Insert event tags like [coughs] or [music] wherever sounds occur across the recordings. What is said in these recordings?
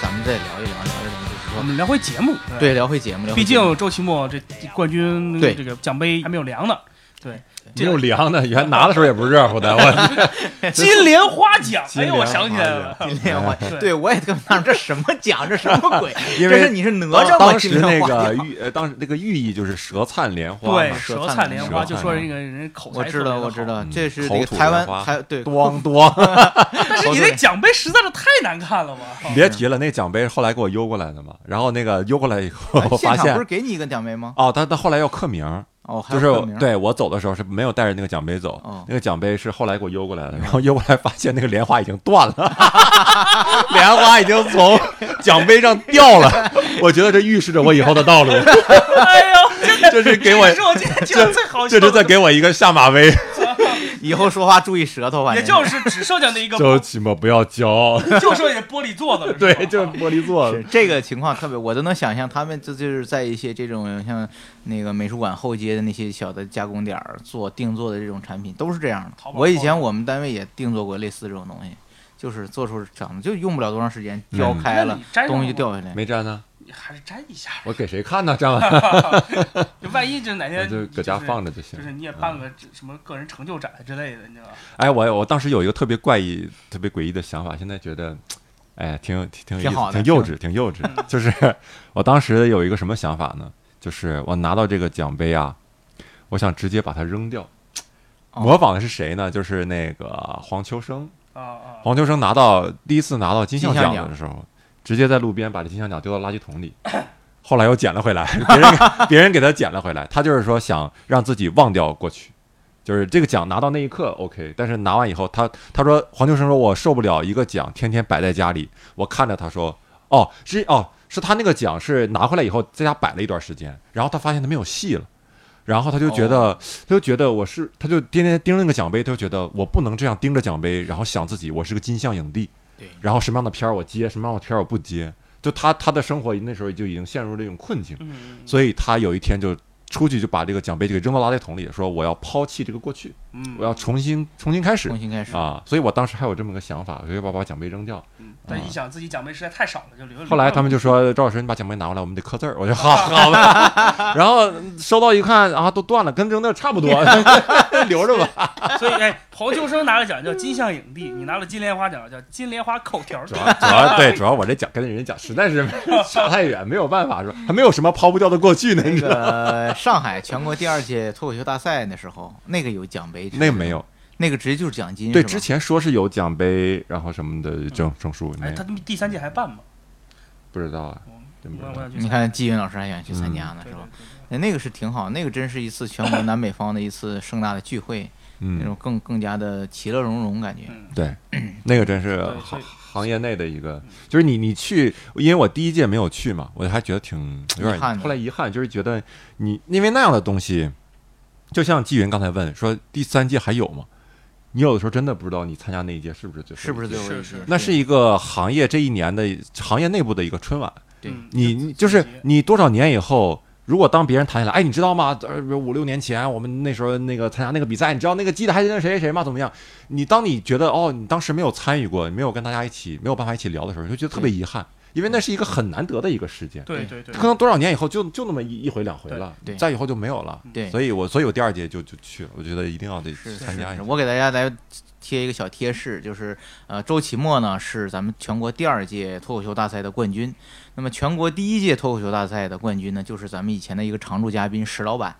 咱们再聊一聊，聊一聊就是啊我说，们聊回节目，对，聊回节目，聊回毕节目竟周奇墨这冠军对这个奖杯还没有凉呢，对，没有凉的，原来拿的时候也不是这样 [laughs] 的。我金莲花奖，金哎莲呦，花我奖想起来了，金莲花，对对我也特别纳闷，这什么奖，这什么鬼？因这是为你是哪当吒吗？当金时莲那花个奖，寓呃，当时那个寓意就是舌灿莲 [laughs] 花对嘛，，舌舌灿灿莲莲花，花就说这个人口才我知特别道，的我好知道，这是口那个吐台莲湾花台对，咣咣。但是口你那水奖杯实在是太难看了吧？你别提了，那奖杯后来给我邮过来的嘛，然后那个邮过来以后，哎 [laughs] 我现发场不现是给你一个奖杯吗？哦，他他后来要刻名儿，哦，还就有是刻名，对我走的时候是没有带着那个奖杯走，哦那个奖杯是后来给我邮过来的，然后邮过来发现那个莲花已经断了， [laughs] 莲花已经从奖杯上掉了， [laughs] 我觉得这预示着我以后的道路，哎呦，真的这是给 [laughs] 我这是我今天觉得最好笑这的，是在给我一个下马威，以后说话注意舌头，反正也就是只剩下那一 [laughs] 个，周奇墨不要骄傲，就剩下玻璃座 [laughs] 的了，对是吧，就是玻璃座是这个情况特别，我都能想象，他们这就是在一些这种像那个美术馆后街的那些小的加工点儿做定做的这种产品都是这样的淘。宝我以淘前我们单位也定做过类似这种东西，就是做出长得就用不了多长时间，嗯浇开那了你粘上东了西就吗掉下来。没粘呢，你还是粘一下吧，我给谁看呢？粘完就万一就是哪我天 [laughs] 就搁家放着就行就。是你也办个什么个人成就展之类的，你知道吧？哎，我我当时有一个特别怪异、特别诡异的想法，现在觉得，哎，挺有挺挺有意挺好思，的挺幼稚，挺幼稚。就是我当时有一个什么想法呢？就是我拿到这个奖杯啊，我想直接把它扔掉。哦模仿的是谁呢？就是那个黄秋生。啊啊，黄秋生拿到第一次拿到金像金像奖奖的时候，直接在路边把这金像奖丢到垃圾 [laughs] 桶里，后来又捡了回来，别人给别人给他捡了回来。他就是说想让自己忘掉过去，就是这个奖拿到那一刻 OK，但是拿完以后，他他说黄秋生说我受不了一个奖天天摆在家里，我看着他说哦是哦是他那个奖是拿回来以后在家摆了一段时间，然后他发现他没有戏了。然后他就觉得，他就觉得我是，他就天天盯着那个奖杯，他就觉得我不能这样盯着奖杯，然后想自己我是个金像影帝，对然后什么样的片儿我接，什么样的片儿我不接，就他他的生活那时候就已经陷入这种困境，嗯所以他有一天就出去就把这个奖杯就给扔到垃圾桶里，说我要抛弃这个过去，嗯，我要重新重新开始重新开始，啊！所以我当时还有这么个想法，我就要把奖杯扔掉。嗯但一想自己奖杯实在太少了，就留。后来他们就说：“赵老师，你把奖杯拿过来，我们得刻字儿。” [laughs] 我就好好吧。然后收到一看啊，都断了，跟扔掉差不多， [laughs] 留着吧。所以哎，黄秋生拿了奖叫金像影帝，你拿了金莲花奖叫金莲花口条主帝。要主要 [laughs] 对，主要我这讲跟人家讲实在是 [laughs] 差太远，没有办法说，还没有什么抛不掉的过去呢。你那知道吗个上海全国第二届脱口秀大赛那时候，那个有奖杯， [laughs] 那个没有，那个直接就是奖金。对，是吧之前说是有奖杯，然后什么的证证书，没哎，有他第三届还办吗？不知道啊，我真不我我知道。想去你看纪云老师还想去参加嗯呢，是对对吧？哎对那个是挺好，那个真是一次全国南北方的一次盛大的聚会。那嗯种，更更加的其乐融融感觉。嗯，对，那个真是对所行以行业内的一个，就是你你去，因为我第一届没有去嘛，我还觉得挺有遗点憾，的后来遗憾就是觉得你因为那样的东西，就像纪云刚才问说第三届还有吗？你有的时候真的不知道你参加那一届是不是最后是不一是届最后一是个是那是一个行业这一年的行业内部的一个春晚。对嗯你你就是你多少年以后，如果当别人谈起来，哎，你知道吗？呃，五六年前我们那时候那个参加那个比赛，你知道那个记得还是那谁谁谁吗？怎么样？你当你觉得哦，你当时没有参与过，没有跟大家一起，没有办法一起聊的时候，你就觉得特别遗憾，因为那是一个很难得的一个事件。对对对可，能多少年以后就就那么一一回两回了对对，再以后就没有了。对，所以我所以我第二届就就去了，我觉得一定要得是参加一是下。我给大家来贴一个小贴士，就是呃，周奇墨呢是咱们全国第二届脱口秀大赛的冠军。那么全国第一届脱口秀大赛的冠军呢，就是咱们以前的一个常驻嘉宾石老板。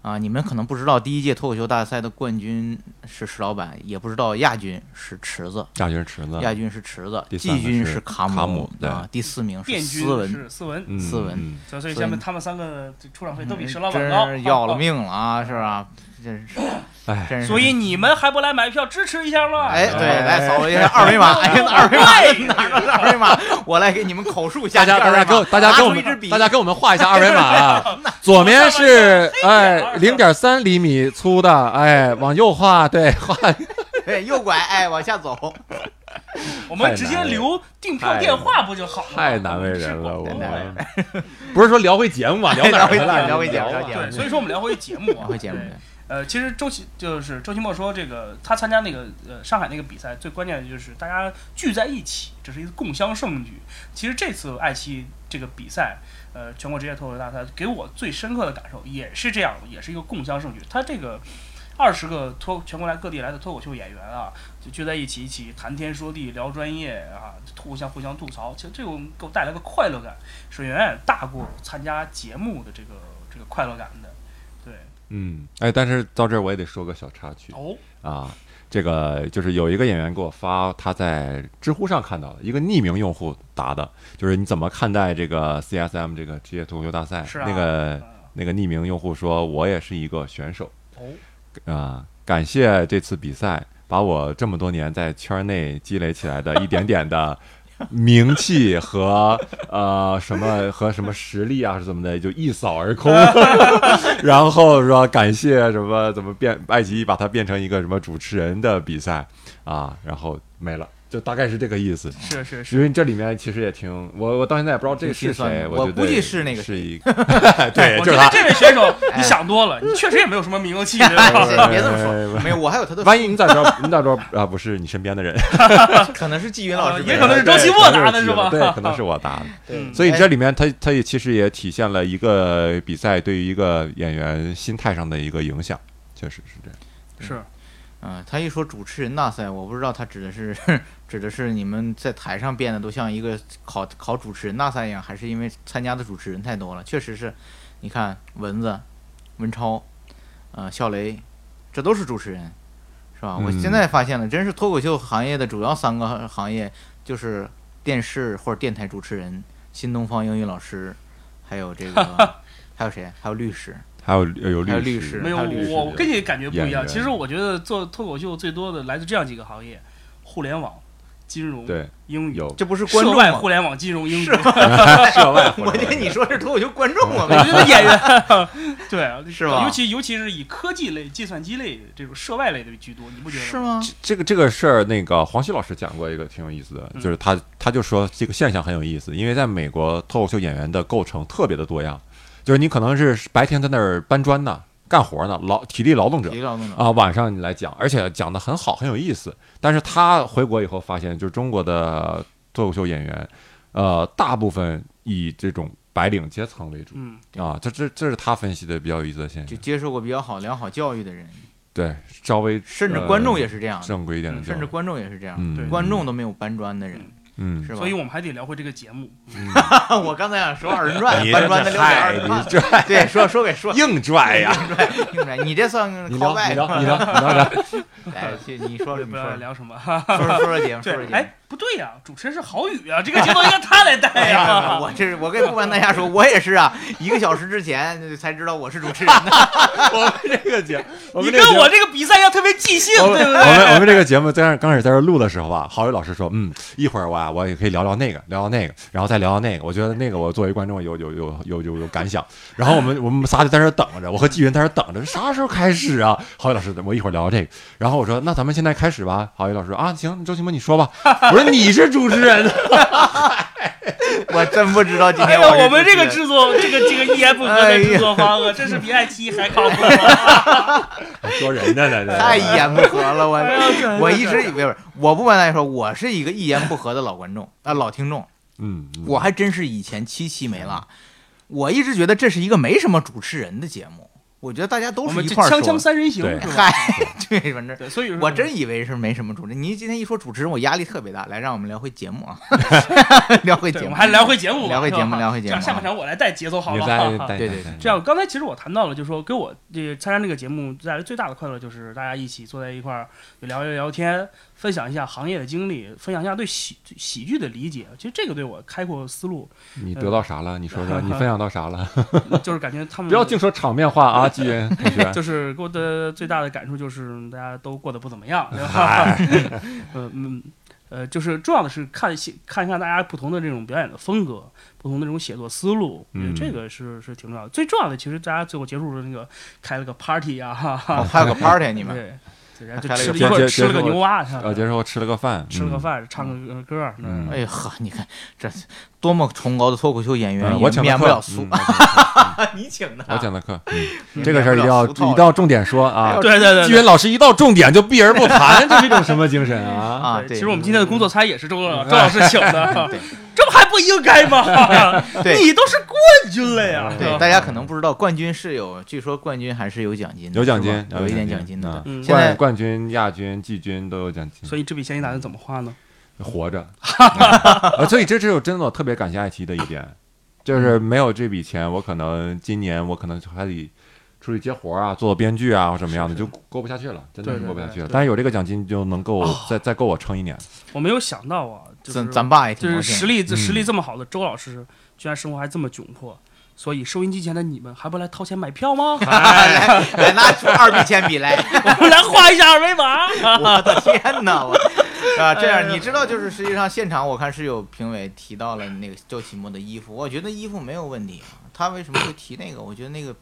啊，你们可能不知道，第一届脱口秀大赛的冠军是石老板，也不知道亚军是池子，亚军池子，亚军是池子，第三季个军是卡卡姆对啊，第四名是殿军斯文，是斯文，嗯斯文嗯所以所以所以下面他们三个这出场费都比嗯石老板真高，是要了命了啊，是吧？真是，哎真是。 [laughs] 所以你们还不来买票支持一下吗？哎，对，哎来扫一下二维码，哎，二维码对哪儿的二维码？我来给你们口述一下大这家二大维码。家给我大家给拿我出一支们笔大家给我们画一下二维码 [laughs] 啊，左面是哎零点三厘米粗的，哎往右画，对 [laughs] 画对右拐，哎，往下走。我们直接留订票电话不就好了吗？太难为人了，我是吧真们的 [laughs] 不是说聊回节目嘛，聊哪儿去了？哎聊回节目聊回节目聊回节目啊对，所以说我们聊回节目啊，聊回节目对呃，其实周奇就是周奇墨说，这个他参加那个呃上海那个比赛，最关键的就是大家聚在一起，这是一个共襄盛举。其实这次爱奇艺这个比赛，呃，全国职业脱口秀大赛给我最深刻的感受也是这样，也是一个共襄盛举。他这个二十个脱全国来各地来的脱口秀演员啊，就聚在一起一起谈天说地聊专业啊，互相互相吐槽，其实这种给我带来个快乐感，是远远大过参加节目的这个这个快乐感的。对，嗯，哎，但是到这儿我也得说个小插曲哦，啊，这个就是有一个演员给我发他在知乎上看到的一个匿名用户答的，就是你怎么看待这个 CSM 这个职业脱口秀大赛？是啊那嗯个那个匿名用户说，我也是一个选手。哦，啊，感谢这次比赛，把我这么多年在圈内积累起来的一点点的名气和呃什么和什么实力啊，是怎么的，就一扫而空。 [laughs] 然后说感谢什么怎么变爱奇艺把它变成一个什么主持人的比赛啊，然后没了。就大概是这个意思，是是是，因为这里面其实也挺我我到现在也不知道这挺个是心酸的谁，我觉得估计是那个是谁一个， [laughs] 对，哎我觉就得是他。这位选手哎你想多了，你确实也没有什么名 [laughs] 气，你知道吧？哎别这么 [laughs] 说，没有，我还有他的，万一你咋知道？你咋知道啊？不是你身边的 [laughs] 人，可能是纪云老师，啊也可能是周奇墨答的是吧对，可能是哎我 [laughs] 答的。对，嗯所以这里面它它也其实也体现了一个比赛对于一个演员心态上的一个影响，确实是这样。是嗯，他一说主持人大赛，我不知道他指的是 [laughs] 指的是你们在台上变得都像一个考考主持人大赛一样，还是因为参加的主持人太多了？确实是，你看蚊子、文超，呃，笑雷，这都是主持人，是吧？我现嗯在发现了，真是脱口秀行业的主要三个行业就是电视或者电台主持人、新东方英语老师，还有这个。还有谁？还有律师，还有有还有律律师师没有他律师我，我跟你感觉不一演员样。其实我觉得做脱口秀最多的来自这样几个行业：互联网、金融、对英语。有这不是观涉众外吗互？联网、金融、英语， [laughs] 涉 [laughs] 外嗯活我动，觉得你说是脱口秀观众 [laughs] 啊，我觉得演 [laughs] 员对是吧尤其尤其是以科技类、计算机类这种涉外类的居多，你不觉得？是？吗？这个这个事儿，那个黄西老师讲过一个挺有意思的，嗯就是他他就说这个现象很有意思，因为在美国脱口秀演员的构成特别的多样，就是你可能是白天在那儿搬砖呢、干活呢、劳体力劳动者体，力劳动者啊，晚上你来讲，而且讲的很好，很有意思。但是他回国以后发现，就是中国的脱口秀演员，呃，大部分以这种白领阶层为主嗯，啊，这这这是他分析的比较有意思的现就象。接受过比较好良好教育的人，对，稍微甚至观众也呃是是这样的，正规一点的嗯教育，甚至观众也是这样的，嗯对观众都没有搬砖的人，嗯，是吧？所以我们还得聊回这个节目。 [laughs] 我刚才想说二人转你，搬砖的这留给二嗨，人你转，这 [laughs] 对，说说给说， [laughs] 嗯硬拽呀！明白？ [laughs] 你这算个你聊， call back 你聊，你吧？聊，你聊啥？哎，去你说说，不知你道说聊什么？说说说说节目，说说对，节目。哎，不对呀，主持人是郝宇啊，这个节目应该他来带 [laughs] 哎呀，呀。我这是我跟不瞒大家说，我也是啊，一个小时之前才知道我是主持人 [laughs] 的。我们这个节，你们这个跟节我这个比赛要特别尽兴，[laughs] 我对不们对？我们我们这个节目在那儿刚开始在这儿录的时候吧，郝宇老师说，嗯，一会儿我啊我也可以聊聊那个，聊聊那个，然后再聊聊那个。我觉得那个我作为观众有有有有有有感想。然后我们我们仨就在这儿等着，我和纪云在这儿等着，啥时候开始啊？郝宇老师，我一会儿聊聊这个。然后我说，那咱们现在开始吧。郝宇老师说啊，行，周奇墨你说吧。我说你是主持人， [laughs] 我真不知道今哎天是呀，我们主这持个人制作，这个这个一言不合哎的呀制作方啊，真是比爱奇艺还靠谱。啊说人家呢，这太一言不合了，我。哎呀我一直以为不是，我不瞒大家说，我是一个一言不合的老观众啊、老听众。嗯，嗯我还真是以前七期没落，我一直觉得这是一个没什么主持人的节目，我觉得大家都我是们一这块儿锵说锵的。三人 [laughs] 行对是吧？嗯嗨，对，反正对，所以说我真以为是没什么主持人。您今天一说主持人，我压力特别大。来，让我们聊回节 [laughs] 目啊，聊回对，节目我们。还聊回节目吧，聊回是吧节目聊回节目啊这样下半场我来带节奏好你了。在哈哈在对对在这样，刚才其实我谈到了，就是说给我这参加这个节目带来最大的快乐，就是大家一起坐在一块儿聊一聊天，分享一下行业的经历，分享一下对喜喜剧的理解。其实这个对我开阔思路，你得到啥了？你说说，你分享到啥 [laughs] 了？就是感觉他们不要净说场面话啊，纪云同 [laughs] 学。就是给我的嗯最大的感触就是大家都过得不怎么样，对吧 [laughs] 嗨？嗯嗯呃，就是重要的是看戏看一看大家不同的这种表演的风格，不同的这种写作思路，我觉得嗯这个是是挺重要的。最重要的其实大家最后结束的那个开了个 party 啊，哈哈，哦 [laughs] 还有个 party，你们对，对然后就开了吃个了一块接儿接吃了个接受牛蛙，呃，哦结束吃了个饭，吃了个嗯。饭，唱个歌儿，嗯哎呵，你看这多么崇高的脱口秀演员，嗯我也请的免不课了俗啊嗯，我请的课你请 [laughs] 的啊，我请的课，嗯免这个事儿一定不要了一俗套定要重点说啊哎。 [laughs] 对对对纪对。元老师一到重点就避而不 [laughs] 谈，这是一种什么精神啊？啊，其对嗯实我们今天的工作餐也是周老周老师请的对， [laughs] 这不还不应该吗？ [laughs] [laughs] 对你都是冠军了呀！对，大家可能不知道，冠军是有，据说冠军还是有奖金的，有奖是吧金，有一点奖奖金的。啊对嗯现冠在冠军、亚军、季军都有奖金。所以这笔钱你打算怎么花呢？[laughs] 活着。呃，所以这是我真的我特别感谢爱奇艺的一点，嗯就是没有这笔钱，我可能今年我可能还得出去接活啊，做编剧啊或什么样的，就过不下去了，真的对是对过不下对去了。对但是有这个奖金就能够哦再再够我撑一年。我没有想到啊，就是咱咱爸也就挺是高实兴，力这嗯实力这么好的周老师，居然生活还这么窘迫，所以收音机前的你们还不来掏钱买票吗？ [laughs] 哎来来拿出二笔铅笔来， [laughs] 我们来画一下二维码。我的天哪！我啊，哎这样你知道，就是实际上现场我看是有评委提到了那个周奇墨的衣服，我觉得衣服没有问题啊，他为什么会提那个？我觉得那个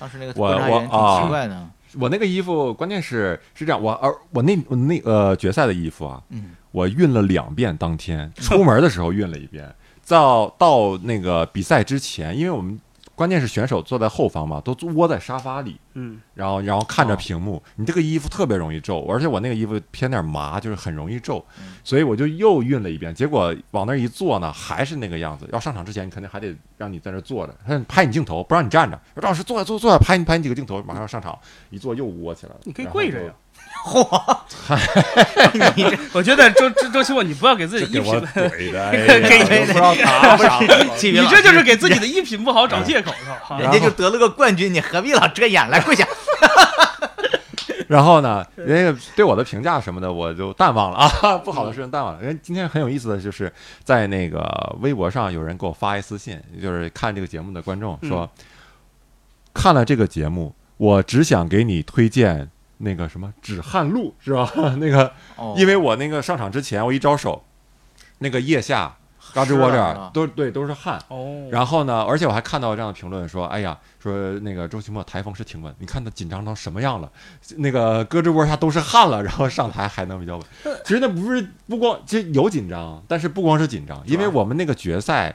当时那个我观察员挺我啊奇怪的，我那个衣服，关键是是这样，我而我那我那呃决赛的衣服啊，嗯，我熨了两遍，当天出门的时候熨了一遍，到到那个比赛之前，因为我们关键是选手坐在后方嘛，都窝在沙发里，嗯，然后然后看着哦屏幕，你这个衣服特别容易皱，而且我那个衣服偏点麻，就是很容易皱嗯，所以我就又熨了一遍，结果往那儿一坐呢，还是那个样子。要上场之前，你肯定还得让你在那儿坐着，他让你拍你镜头，不让你站着，说老师坐下坐下坐下，拍你拍你几个镜头，马上要上场，一坐又窝起来了。你可以然后跪着就呀。嚯！我觉得周周周奇墨，你不要给自己给衣我品，[laughs] 怼的，给哎呀，都不知道打啥了。你你这就是给自己的衣品不好找借口，是吧？人家就得了个冠军，你何必老遮掩？来跪下，然后呢，人家对我的评价什么的，我就淡忘了 [laughs] 啊，不好的事情淡忘了。人家今天很有意思的就是，在那个微博上有人给我发一私信，就是看这个节目的观众嗯说，看了这个节目，我只想给你推荐那个什么止汗露是吧？ [laughs] 那个，哦 [laughs] 因为我那个上场之前，我一招手，那个腋下、胳肢窝湿了这是啊儿吧都对都是汗。哦，然后呢，而且我还看到这样的评论说：“哎呀，说那个周奇墨台风是挺稳，你看他紧张成什么样了，那个胳肢窝下都是汗了，然后上台还能比较稳。其实那不是不光，其实有紧张，但是不光是紧张，因为我们那个决赛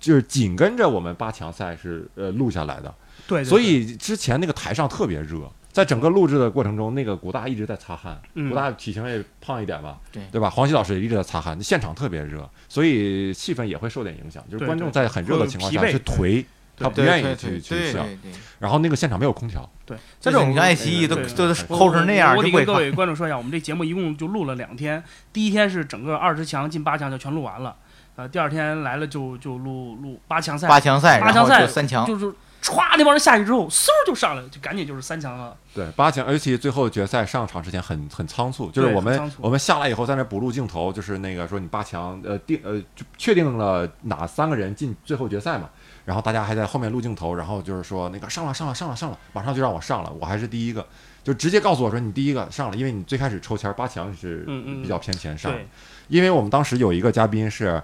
就是紧跟着我们八强赛是呃录下来的，对，对所以之前那个台上特别热，在整个录制的过程中，那个古大一直在擦汗，嗯古大体型也胖一点吧，对对吧？黄西老师也一直在擦汗，现场特别热，所以气氛也会受点影响，就是对观众在很热的情况下会疲是惫颓，他不对愿对意去对去对想，对对，然后那个现场没有空调，对这这种种你看爱奇艺都对都是我抠成那样，我就得跪跟各看。位观众说一下，我们这节目一共就录了两天，第一天是整个二十强进八强就全录完了，呃，第二天来了就就录录八强赛，八强赛，八然强后赛就三强，就是歘那帮人下去之后，嗖就上来了，就赶紧就是三强了。对八强，而且最后决赛上场之前很很仓促，就是对我很们仓促我们下来以后在那补录镜头，就是那个说你八强呃定呃就确定了哪三个人进最后决赛嘛，然后大家还在后面录镜头，然后就是说那个上了上了上了上了，马上就让我上了，我还是第一个，就直接告诉我说你第一个上了，因为你最开始抽签儿八强是嗯嗯嗯比较偏前上的，对，因为我们当时有一个嘉宾是。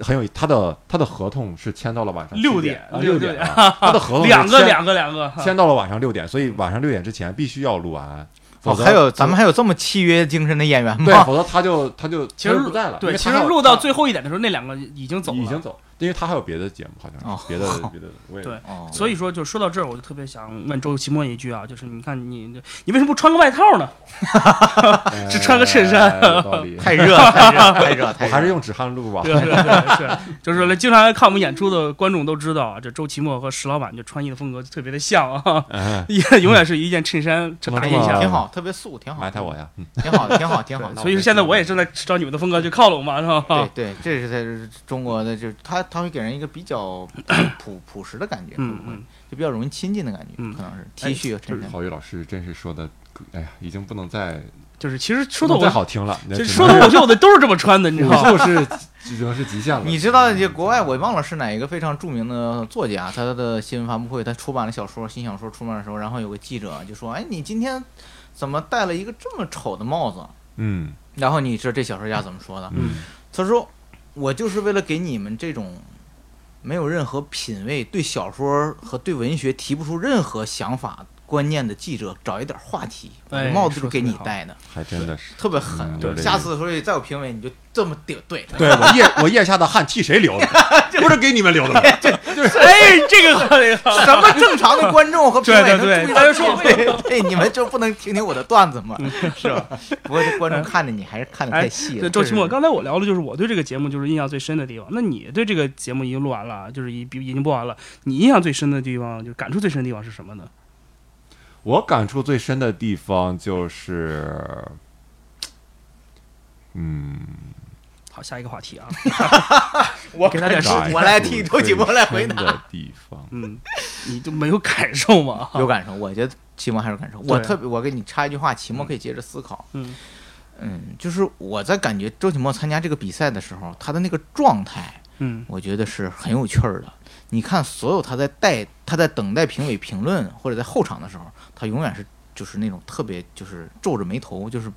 很有他的他的合同是签到了晚上六7点啊六六点点啊，他的合同是两个签两个两个，哈先到了晚上六点，所以晚上六点之前必须要录完，否哦，则、还有咱们还有这么契约精神的演员对，吗？否则他就他就嗯其实他就不在了。因对，为其他实还有录到他最后一点的时候，那两个已经走了，已经走，因为他还有别的节目，好像是、哦别 [laughs] 的好别的我也对哦，所以说，就说到这儿，我就特别想问周奇墨一句啊，就是你看你你你为什么不穿个外套呢？哎只穿个衬衫 [laughs] 有道 [laughs] 理。太热了，太热了，太热了，太我热了还是用止汗啊露吧 [laughs] 对。对对，是，就是来经常来看我们演出的观众都知道啊，这周奇墨和石老板就穿衣的风格特别的像啊， [laughs] 哎也 [laughs] 永远是一件衬衫这打印一啊下。挺好，特别素，挺好，埋汰我呀！嗯挺好，挺好，挺好。所以说现在我也正在照你们的风格去靠拢嘛，是吧？对对，这是在中国的，就是他他会给人一个比较 [coughs] 朴朴实的感觉，嗯会不会嗯，就比较容易亲近的感觉，嗯可能是 T 恤衬衫。郝宇老师真是说的，哎呀，已经不能再就是其实不说能脱再口，好听了。就是说脱口秀的都是这么穿 [laughs] 的，你知道吗？我就是已经是极 [laughs] 限了。你知道，这国外我忘了是哪一个非常著名的作家，他的新闻发布会，他出版了小说，新小说出版的时候，然后有个记者就说：“哎，你今天怎么戴了一个这么丑的帽子嗯？”然后你知道这小说家怎么说的？嗯，他说：“我就是为了给你们这种没有任何品味、对小说和对文学提不出任何想法、观念的记者找一点话题，哎我帽子就是说给你得好戴的，还真的是。特别狠。嗯对对下次所以再有评委你就这么顶对，对我腋我腋下的汗替 [laughs] 谁流的？不是给你们流的吗？哎，这个好，这个好。什么正常的观 [laughs] 众和评委能对对对注意大到这家说一点？嗯对，你们就不能听听我的段子吗？是吧？ [laughs] 不过这观众看着你还是看的太细了。哎对，周这奇是墨，刚才我聊的就是我对这个节目就是印象最深的地方。那你对这个节目已经录完了，就是已已经播完了，你印象最深的地方，就是感触最深的地方是什么呢？我感触最深的地方就是，嗯，好，下一个话题啊，我给他感点时触间我来替周奇墨来回答。的地方，嗯，你就没有感 [laughs] 受吗？有感受，我觉得期末还是有感受。我对特别，我给你插一句话，期末可以接着思考。嗯嗯，就是我在感觉周启墨参加这个比赛的时候，他的那个状态，嗯我觉得是很有趣儿的。你看，所有他在待他在等待评委评论或者在后场的时候，他永远是就是那种特别就是皱着眉头，就是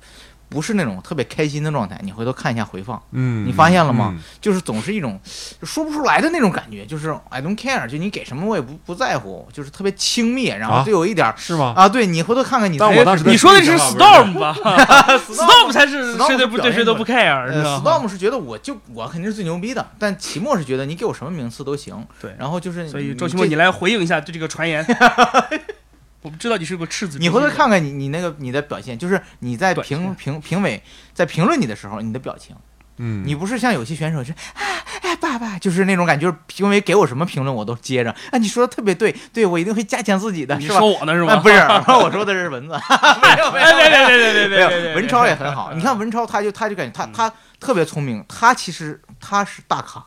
不是那种特别开心的状态。你回头看一下回放，嗯，你发现了吗嗯？就是总是一种就说不出来的那种感觉，就是 I don't care，就你给什么我也不不在乎，就是特别轻蔑，然后啊对我一点儿是吗？啊，对你回头看看你自但己，我当时哎你说的是 Storm 吧 Storm [laughs] ？Storm 才是 Storm 谁都不对谁都不 care，你知呃道吗？ ，Storm 是觉得我就我肯定是最牛逼的，但齐墨是觉得你给我什么名次都行。对然后就是所以你周奇墨，这你来回应一下对这个传言。 [laughs] 我们知道你是个赤子之心，你回头看看你你那个你的表现，就是你在表评现评评委在评论你的时候，你的表情，嗯，你不是像有些选手是啊哎爸爸，就是那种感觉，就是评委给我什么评论我都接着啊，你说的特别对，对我一定会加强自己的，你是吧说？我呢是哎啊，吗？不 [laughs] 是，我说的是蚊子，没有没有哎，别别别别别没别别，有， [laughs] 文超也很好。你嗯看文超，他就他就感觉他嗯他特别聪明，他其实他是大咖，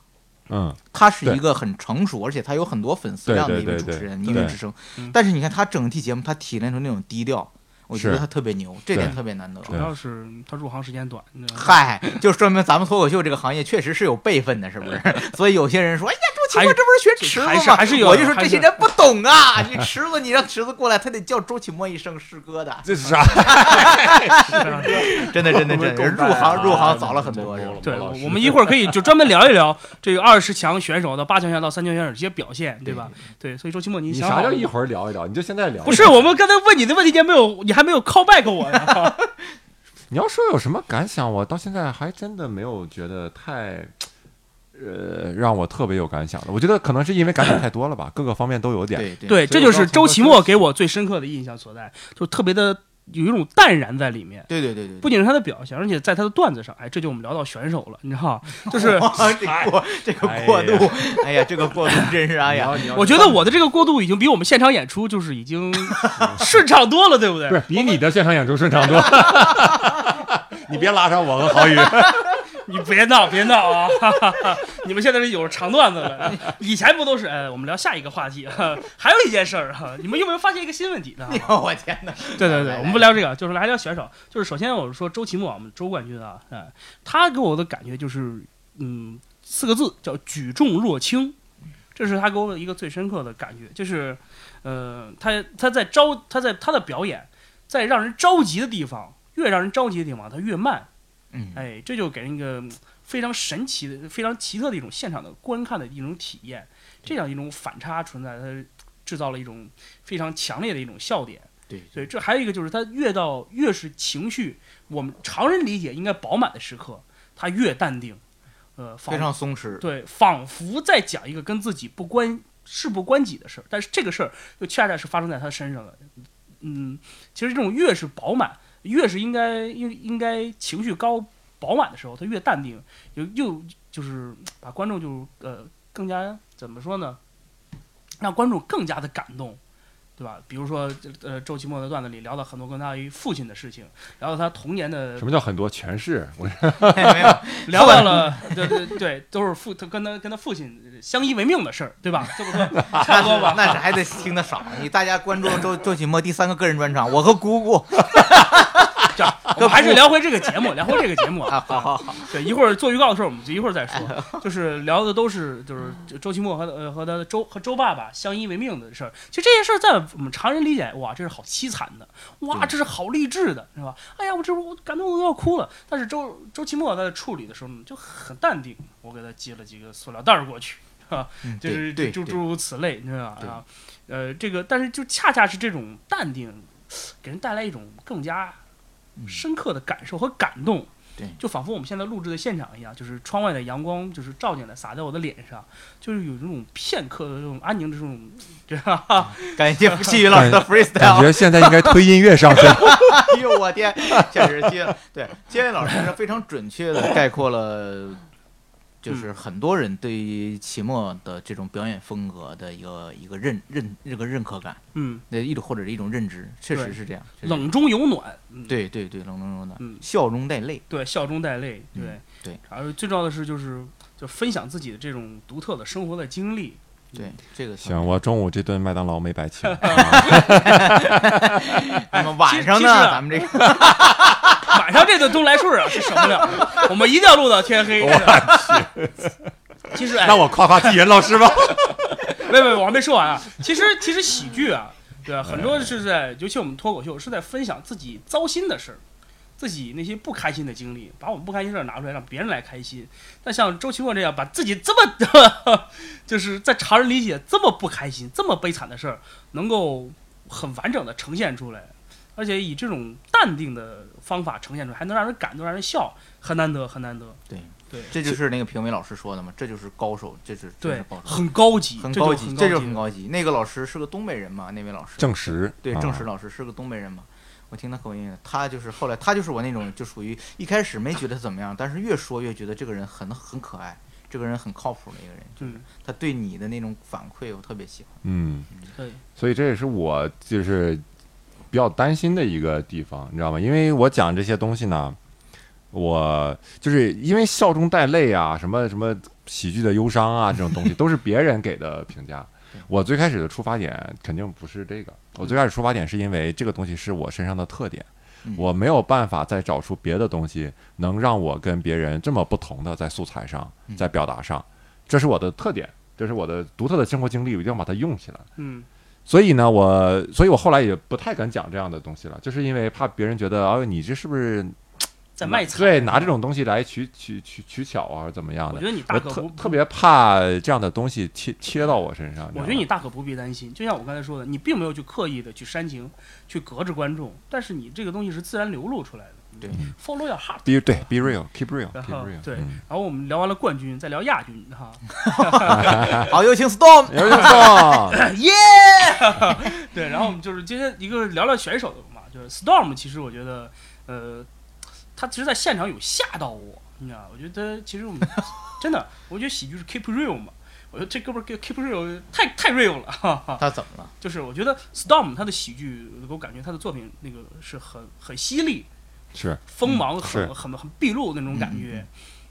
嗯，他是对一个很成熟，而且他有很多粉丝量的对一个对主对持人，对音乐之声嗯。但是你看他整体节目，他提炼出那种低调，我觉得是他特别牛，这点对特别难得。主要是他入行时间短，嗯 [laughs] 你知道吗嗨，就说明咱们脱口秀这个行业确实是有辈分的，是不是？ [laughs] 所以有些人说：“哎呀，周奇墨还这不是学还池子是吗？”还是有我就说还这是些人不懂啊， [laughs] 你池子，你让池子过来，他得叫周奇墨一声师哥的。这是啥？真的，真的， [laughs] 真的，入行入行早了很多，是吧？对，老师我们一会儿可以就专门聊一聊这个二十强选手到八强选手到三强选手这些表现，对吧？对，所以周奇墨，你你想啥好叫了一会儿聊一聊？你就现在聊。不是，我们刚才问你的问题，你还没有，你还没有 call back 我呢。你要说有什么感想，我到现在还真的没有觉得太，呃，让我特别有感想的。我觉得可能是因为感想太多了 [coughs] 吧，各个方面都有点。对对对，所这以就我是刚才说周奇墨给我最深刻的印象所在，就特别的有一种淡然在里面。对对对对，不仅是他的表现，而且在他的段子上，哎，这就我们聊到选手了，你知道吗，就是哇 [laughs] 这个过这个过度， [laughs] 哎呀，这个过度真是哎你呀，要，你要我觉得我的这个过渡已经比我们现场演出就是已经顺畅多了，对不对？不是比你的现场演出顺畅多。 [laughs] 你别拉上我和郝宇。你别闹，别闹啊！ [laughs] 哈哈哈你们现在是有长段子了，以前不都是？哎，我们聊下一个话题。 [laughs] 啊。还有一件事儿啊，你们有没有发现一个新问题呢哎？呦我 [laughs] 天哪！ [laughs] 对对对，来我们不聊这个，就是来聊选手。就是首先我是说周奇墨，我们周冠军啊，哎，他给我的感觉就是，嗯，四个字叫举重若轻，这是他给我的一个最深刻的感觉，就是，呃，他他在着他在他的表演，在让人着急的地方，越让人着急的地方，他越慢。嗯，哎，这就给人一个嗯非常神奇的、非常奇特的一种现场的观看的一种体验。这样一种反差存在，它制造了一种非常强烈的一种笑点。对所以这还有一个就是，它越到越是情绪，我们常人理解应该饱满的时刻，它越淡定，呃，非仿常松弛，对，仿佛在讲一个跟自己不关事不关己的事儿，但是这个事儿又恰恰是发生在他身上的。嗯，其实这种越是饱满，越是应该应应该情绪高饱满的时候，他越淡定，又又就是把观众就呃更加怎么说呢，让观众更加的感动。对吧？比如说，呃，周奇墨的段子里聊到很多跟他父亲的事情，聊到他童年的什么叫很多？全是我 [laughs] 没有，聊到了，对对对，都是父他跟他跟他父亲相依为命的事儿，对吧？这么说差那不多是吧？那是还得听得少。你大家关注周周启墨第三个个人专场，我和姑姑 [laughs] 这样，我们还是聊回这个节目，聊回这个节目啊，啊。好好好，对，一会儿做预告的时候，我们就一会儿再说。就是聊的都是就是周周奇墨和他呃和他的周和周爸爸相依为命的事儿。其实这些事儿在我们常人理解，哇，这是好凄惨的，哇，对这是好励志的，是吧？哎呀，我这我感动的都要哭了。但是周周奇墨在处理的时候呢，就很淡定，我给他接了几个塑料袋儿过去。啊，嗯就对是对就诸对如此类，你知道吧对啊？呃，这个但是就恰恰是这种淡定，给人带来一种更加嗯深刻的感受和感动。对就仿佛我们现在录制的现场一样，就是窗外的阳光就是照进来，洒在我的脸上，就是有这种片刻的这种安宁的这种，知道吧？感谢细雨老师的感 freestyle。觉现在应该推音乐上去。哎呦我天，确实接对接位老师是非常准确的概括了，就是嗯很多人对于齐墨的这种表演风格的一个一个认认这个认可感，嗯，那一种或者是一种认知，确实对是这样。确实冷中有暖，嗯，对对对，冷中有暖，嗯笑中带泪。对，笑中带泪，对、嗯对，然后最重要的是就是就分享自己的这种独特的生活的经历，对嗯这个 [laughs] 行，我中午这顿麦当劳没白请。那么晚其上其呢，实啊咱们这个晚上这顿东来顺啊是省不了，我们一定要录到天黑。其实哎， [laughs] 那我夸夸纪言老师吧。 [laughs] 没没，我还没说完啊。其实其实喜剧啊，对吧？很多是在，尤其我们脱口秀是在分享自己糟心的事儿，自己那些不开心的经历，把我们不开心的事儿拿出来，让别人来开心。那像周奇墨这样，把自己这么 [laughs] 就是在常人理解这么不开心、这么悲惨的事儿，能够很完整的呈现出来，而且以这种淡定的方法呈现出来，还能让人感动、让人笑，很难得，很难得。对对这就是那个评委老师说的嘛，这就是高手，这是这对是高，手，很高级，很这就高很级，高这就很高级。那个老师是个东北人嘛，那位老师证实，对啊郑石老师是个东北人嘛，我听他口音，他就是后来他就是我那种就属于一开始没觉得他怎么样，但是越说越觉得这个人很很可爱，这个人很靠谱的一个人，嗯，他对你的那种反馈我特别喜 [laughs] 欢。嗯，对，所以这也是我就是比较担心的一个地方，你知道吗？因为我讲这些东西呢，我就是因为笑中带泪啊，什么什么喜剧的忧伤啊，这种 [laughs] 东西都是别人给的评价对。我最开始的出发点肯定不是这个，我最开始出发点是因为这个东西是我身上的特点，嗯我没有办法再找出别的东西能让我跟别人这么不同的在素材上嗯、在表达上，这是我的特点，这是我的独特的生活经历，我一定要把它用起来。嗯。所以呢，我所以我后来也不太敢讲这样的东西了，就是因为怕别人觉得，哎，你这是不是在卖惨。对，拿这种东西来取取取取巧啊，或者怎么样我的觉？得你大我可不特特，别怕这样的东西贴贴到我身上。我觉得你大可不必担心。就像我刚才说的，你并没有去刻意的去煽情，去隔着观众，但是你这个东西是自然流露出来的。对，follow your heart。 be 对 be real，keep 然后 real，keep real。对 [laughs] 嗯然后我们聊完了冠军，再聊亚军哈。好，有请 Storm，有点棒耶！对，然后我们就是今天一个聊聊选手的嘛，就是 Storm，其实我觉得，呃，他其实在现场有吓到我，你知道，我觉得其实我们 [laughs] 真的，我觉得喜剧是 keep real 嘛，我觉得这哥们儿 keep real 太太 real 了，哈哈。他怎么了？就是我觉得 Storm 他的喜剧，我感觉他的作品那个是很很犀利、是锋芒很、是很很毕露的那种感觉。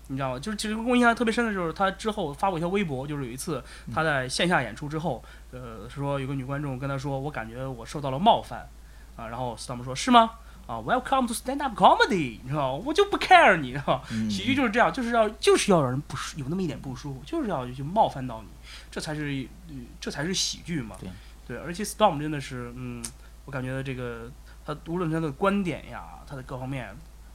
你知道吗？就是其实给我印象特别深的就是他之后发过一条微博，就是有一次他在线下演出之后，呃，说有个女观众跟他说：“我感觉我受到了冒犯。”啊，然后 Storm 说：“是吗？”啊，Welcome to stand up comedy，你知道吗？我就不 care 你，知道吗？嗯喜剧就是这样，就是要就是要让人不舒有那么一点不舒服，就是要去冒犯到你，这才是、呃这才是喜剧嘛。对而且 Storm 真的是，嗯，我感觉这个他无论他的观点呀，他的各方面，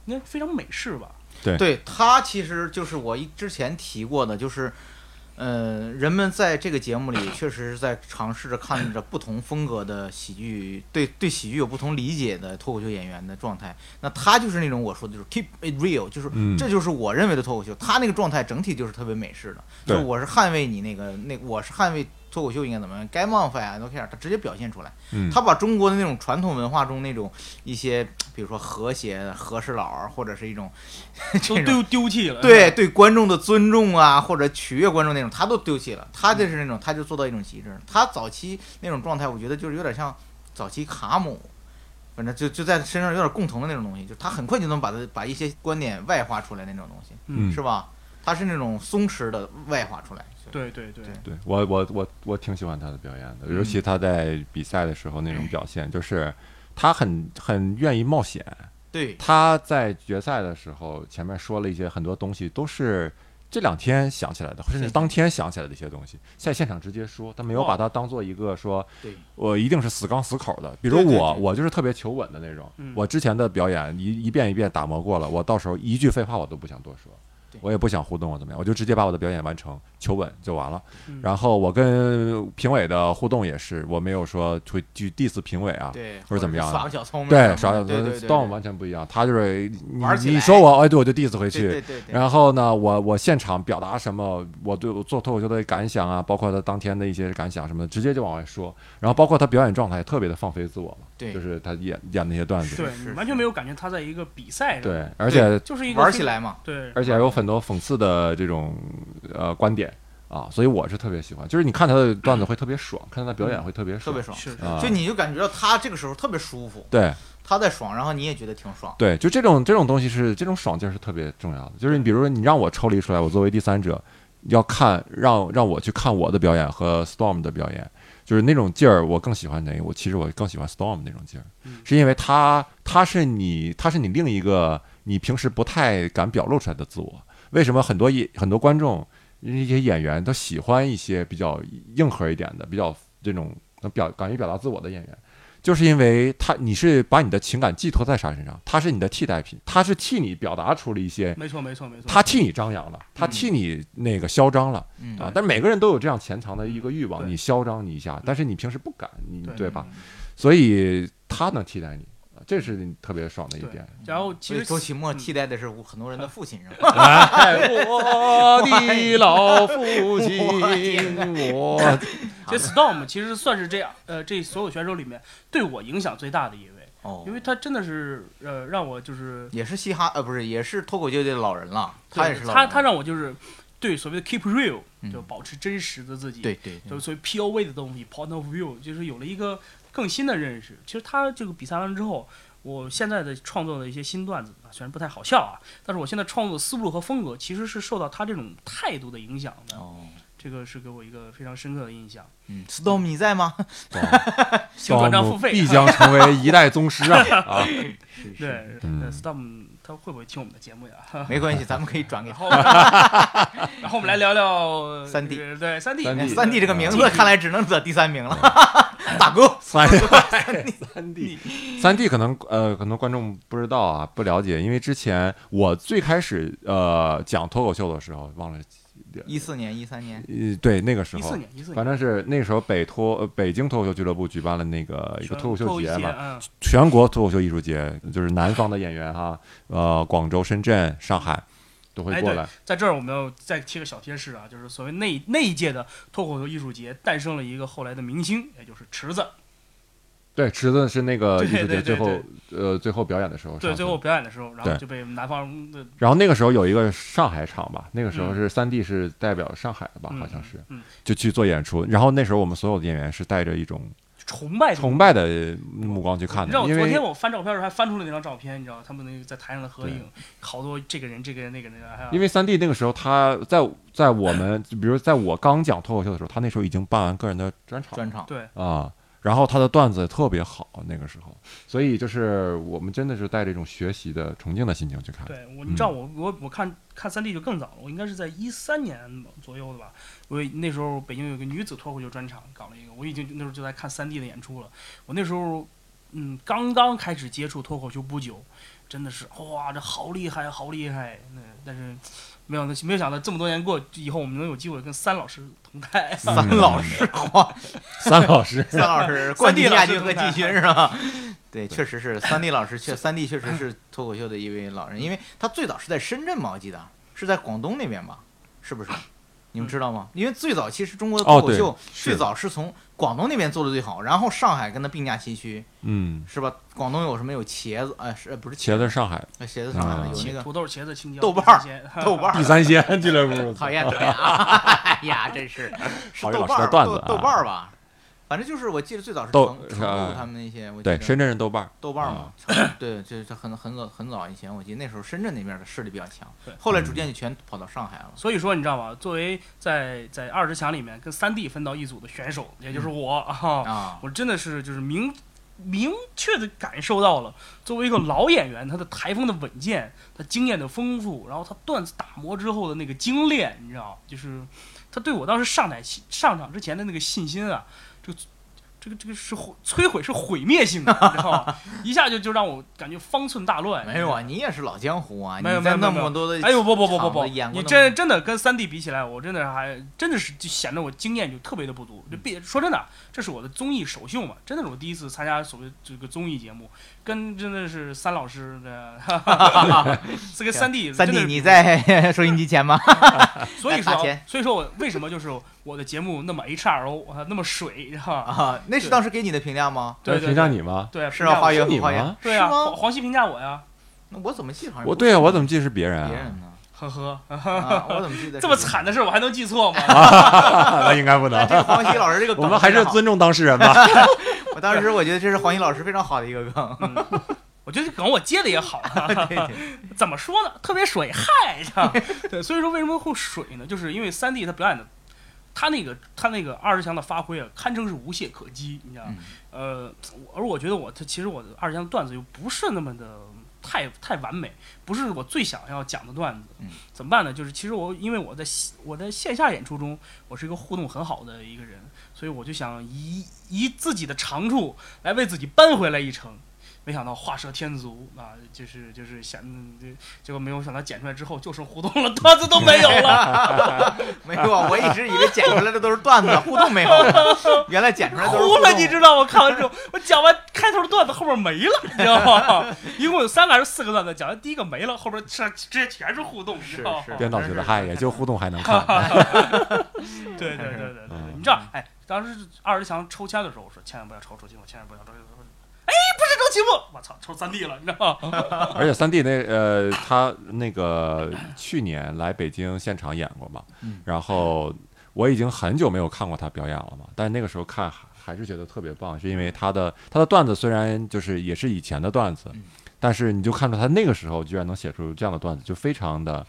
应该非常美式吧。对他其实就是我一之前提过的，就是，呃，人们在这个节目 [clears throat] 里确实是在尝试着看着不同风格的喜剧，对对喜剧有不同理解的脱口秀演员的状态。那他就是那种我说的就是 keep it real，就是、嗯这就是我认为的脱口秀。他那个状态整体就是特别美式的，对就我是捍卫你那个那我是捍卫脱口秀应该怎么样，该冒犯啊 don't care，他直接表现出来。嗯他把中国的那种传统文化中那种一些，比如说和谐的和事佬儿，或者是一种 [laughs] 这都种丢丢弃了。对对观众的尊重啊，或者取悦观众那种，他都丢弃了。他就是那种，他就做到一种极致。他早期那种状态，我觉得就是有点像早期卡姆，反正就就在身上有点共同的那种东西，就他很快就能把他把一些观点外化出来那种东西，嗯是吧？他是那种松弛的外化出来。就，对对对对对我我我我挺喜欢他的表演嗯的，尤其他在比赛的时候那种表现，就是他很很愿意冒险。对他在决赛的时候前面说了一些很多东西，都是这两天想起来的，甚至当天想起来的一些东西，在现场直接说，他没有把它当做一个说对我一定是死刚死口的。比如对对我，对我就是特别求稳的那种嗯，我之前的表演一一遍一遍打磨过了，我到时候一句废话我都不想多说。对我也不想互动啊，怎么样，我就直接把我的表演完成，求稳就完了。嗯然后我跟评委的互动也是，我没有说去去 diss 评委啊，对，或者怎么样啊耍个小聪明什么对的，，耍小对对对段完全不一样，他就是你玩起来你说我，哎，对，我就 diss 对回去，对对对，然后呢，我我现场表达什么，我对我做脱口秀的感想啊，包括他当天的一些感想什么的，直接就往外说。然后包括他表演状态也特别的放飞自我嘛，对就是他演演那些段子，对，是你是完全没有感觉他在一个比赛上，，对，而且就是一个玩非起来嘛，对，而且还有很多讽刺的这种呃观点啊，所以我是特别喜欢，就是你看他的段子会特别爽，看他的表演会特别嗯特爽，别爽，是啊就你就感觉到他这个时候特别舒服，对他在爽，然后你也觉得挺爽，对，就这种这种东西是这种爽劲儿是特别重要的，就是你比如说你让我抽离出来，我作为第三者要看让让我去看我的表演和 Storm 的表演，就是那种劲儿，我更喜欢哪个？我其实我更喜欢 Storm 那种劲儿嗯，是因为他他是你他是你另一个你平时不太敢表露出来的自我。为什么很多演很多观众一些演员都喜欢一些比较硬核一点的、比较这种能表敢于表达自我的演员？就是因为他，你是把你的情感寄托在啥身上？他是你的替代品，他是替你表达出了一些，没错没错没错，他替你张扬了，他替你那个嚣张了嗯，啊！但是每个人都有这样潜藏的一个欲望，对你嚣张你一下，但是你平时不敢，你对对吧？嗯所以他能替代你，啊这是你特别爽的一对点。，然后所其以实周奇墨嗯替代的是很多人的父亲，是吧？哎我的老父亲，我其实 Storm 其实算是这样，呃，这所有选手里面对我影响最大的一位，哦因，为他真的是呃让我就是，也是嘻哈呃，不是，也是脱口秀界的老人了，他也是老他人，他让我就是对所谓的 keep real，嗯就保持真实的自己，对嗯对就是所谓 POV 的东西，point of view，就是有了一个更新的认识。其实他这个比赛完了之后，我现在的创作的一些新段子啊，虽然不太好笑啊，但是我现在创作的思路和风格其实是受到他这种态度的影响的。哦，这个是给我一个非常深刻的印象。嗯，Storm 你在吗？ [laughs] 请转账付费。必将成为一代宗师啊！ [laughs] 啊， [laughs] 对，嗯呃，Storm 他会不会听我们的节目呀？没关系，咱们可以转给 [laughs] 然后，然后我们来聊聊 3D 这个对三 D 3D 哎嗯三 D 这个名字嗯看来只能得第三 [laughs] 名了，大哥，三三 D 三 D 可能呃很多观众不知道啊不了解，因为之前我最开始呃讲脱口秀的时候忘了一四年、一三年，呃对那个时一四候，年一四反年正是那个时候北脱呃北京脱口秀俱乐部举办了那个一个脱口秀节嘛，嗯全国脱口秀艺术节，就是南方的演员哈，呃广州、深圳、上海都会哎过对来，在这儿我们要再贴个小贴士啊，就是所谓那那一届的脱口秀艺术节诞生了一个后来的明星，也就是池子。对池子是那个对艺术对对节最后对呃最后表演的时候上去的，对，最后表演的时候，然后对就被南方的然后那个时候有一个上海场吧，那个时候是三 D 是代表上海的吧，嗯啊好像是，嗯就去做演出。然后那时候我们所有的演员是带着一种崇拜崇拜的目光去看你知道的，我因昨天为我翻照片的时候还翻出了那张照片，你知道他们那个在台上的合影，好多这个人这个人那个人，还有因为三 D 那个时候他在在我们，就比如在我刚讲脱口秀的时候，他那时候已经办完个人的专场了专场，对啊。然后他的段子特别好，那个时候，所以就是我们真的是带着一种学习的崇敬的心情去看。对，嗯我你知道我我我看看三 D 就更早了，我应该是在一三年左右的吧，我那时候北京有个女子脱口秀专场搞了一个，我已经那时候就在看三 D 的演出了，我那时候嗯刚刚开始接触脱口秀不久，真的是哇这好厉害好厉害，那但是。没有，没有想到这么多年过以后，我们能有机会跟三老师同台。三老师哇，三老师 [laughs] 三老师冠军亚军和季军是吧？对，对确实是三 D 老师，确三 D 确实是脱口秀的一位老人，因为他最早是在深圳嘛，我记得是在广东那边吧，是不是？你们知道吗？因为最早其实中国的脱哦口对秀是最早是从广东那边做的最好，然后上海跟他并驾齐驱，嗯，是吧？广东有什么有茄子，哎，是呃不是茄子啊是上海呃茄子上海的有那茄个土豆、茄子、青椒、豆瓣儿咸豆瓣第儿，三鲜俱乐部， [laughs] 讨厌讨厌啊！哎呀，真 [laughs] 是是郝宇豆老瓣师儿的段子豆啊豆瓣儿吧，反正就是我记得最早是豆成成是啊都他们那些，我记对得深圳人豆瓣儿，豆瓣儿嘛啊， [coughs] 对，这这很很早很早以前，我记得那时候深圳那边的势力比较强对，嗯后来逐渐就全跑到上海了。所以说，你知道吗？作为在在二十强里面跟三 D 分到一组的选手，也就是我啊，啊，我真的是就是明明确的感受到了，作为一个老演员，他的台风的稳健，他经验的丰富，然后他段子打磨之后的那个精炼，你知道，就是他对我当时上台信上场之前的那个信心啊，就这个这个是毁摧毁是毁灭性的，你知道吗？ [laughs] 一下就就让我感觉方寸大乱。没有啊，你也是老江湖啊，你没有在没那有没有么多的哎呦不不不不场不，子演过你那么真真的跟三 D 比起来，我真的还真的是就显得我经验就特别的不足。就嗯别说真的，啊这是我的综艺首秀嘛，真的是我第一次参加所谓这个综艺节目，跟真的是三老师的， [laughs] 哈哈哈哈这个三 D 三真的 D 是你在 [laughs] 收音机 [laughs] 前吗？所以来打说钱所以说我为什么就是我的节目那么 HRO 啊那么水哈？啊，那是当时给你的评价吗？对哎评对价对你吗？对，是评价啊，我花是月你花月吗，对啊，是吗黄黄西评价我呀，那我怎么记得好像我对啊，我怎么么记得是别人哎别啊？ [laughs] 人呢？呵呵，啊，我怎么记得是这么惨的事儿我还能记错吗？那应该不能哎但。这个黄西老师这个 [laughs] 梗我们还非是常好尊重当事人吧。我当时我觉得这是黄西老师非常好的一个梗。 [laughs] 嗯我觉得这梗我接的也好，啊对 [laughs] 对怎么说呢？特别水，嗨，这样对，所以说为什么会水呢？就是因为三弟他表演的，他那个他那个二十强的发挥啊，堪称是无懈可击，你知道嗯吗？呃，我而我觉得我他其实我的二十强段子又不是那么的太太完美，不是我最想要讲的段子。嗯怎么办呢？就是其实我因为我在线我在线下演出中，我是一个互动很好的一个人，所以我就想以以自己的长处来为自己扳回来一城。没想到画蛇添足啊，就是就是想，嗯就结果没有想到剪出来之后就剩互动了，段子都没有了。没有啊，我一直以为剪出来的都是段子，互动没有，啊 [laughs] 原来 [laughs] 剪出来都是哭互了，动你知道吗？看完之后， [laughs] 我讲完开头的段子，后面没了， [laughs] 你知道吗？一共有三个还是四个段子，讲完第一个没了，后边是直接全是互动，你知道吗是？是编导觉得，嗨，也就互动还能看。对对对对对对嗯，你知道，哎，当时二十强抽签的时候，我说千万不要抽周奇墨，千万不要抽周奇墨。哎，不是周奇墨，我操，抽三 D 了，你知道吗？ [laughs] 而且三弟那呃，他那个去年来北京现场演过嘛嗯，然后我已经很久没有看过他表演了嘛，但是那个时候看还还是觉得特别棒，是因为他的他的段子虽然就是也是以前的段子嗯，但是你就看出他那个时候居然能写出这样的段子，就非常的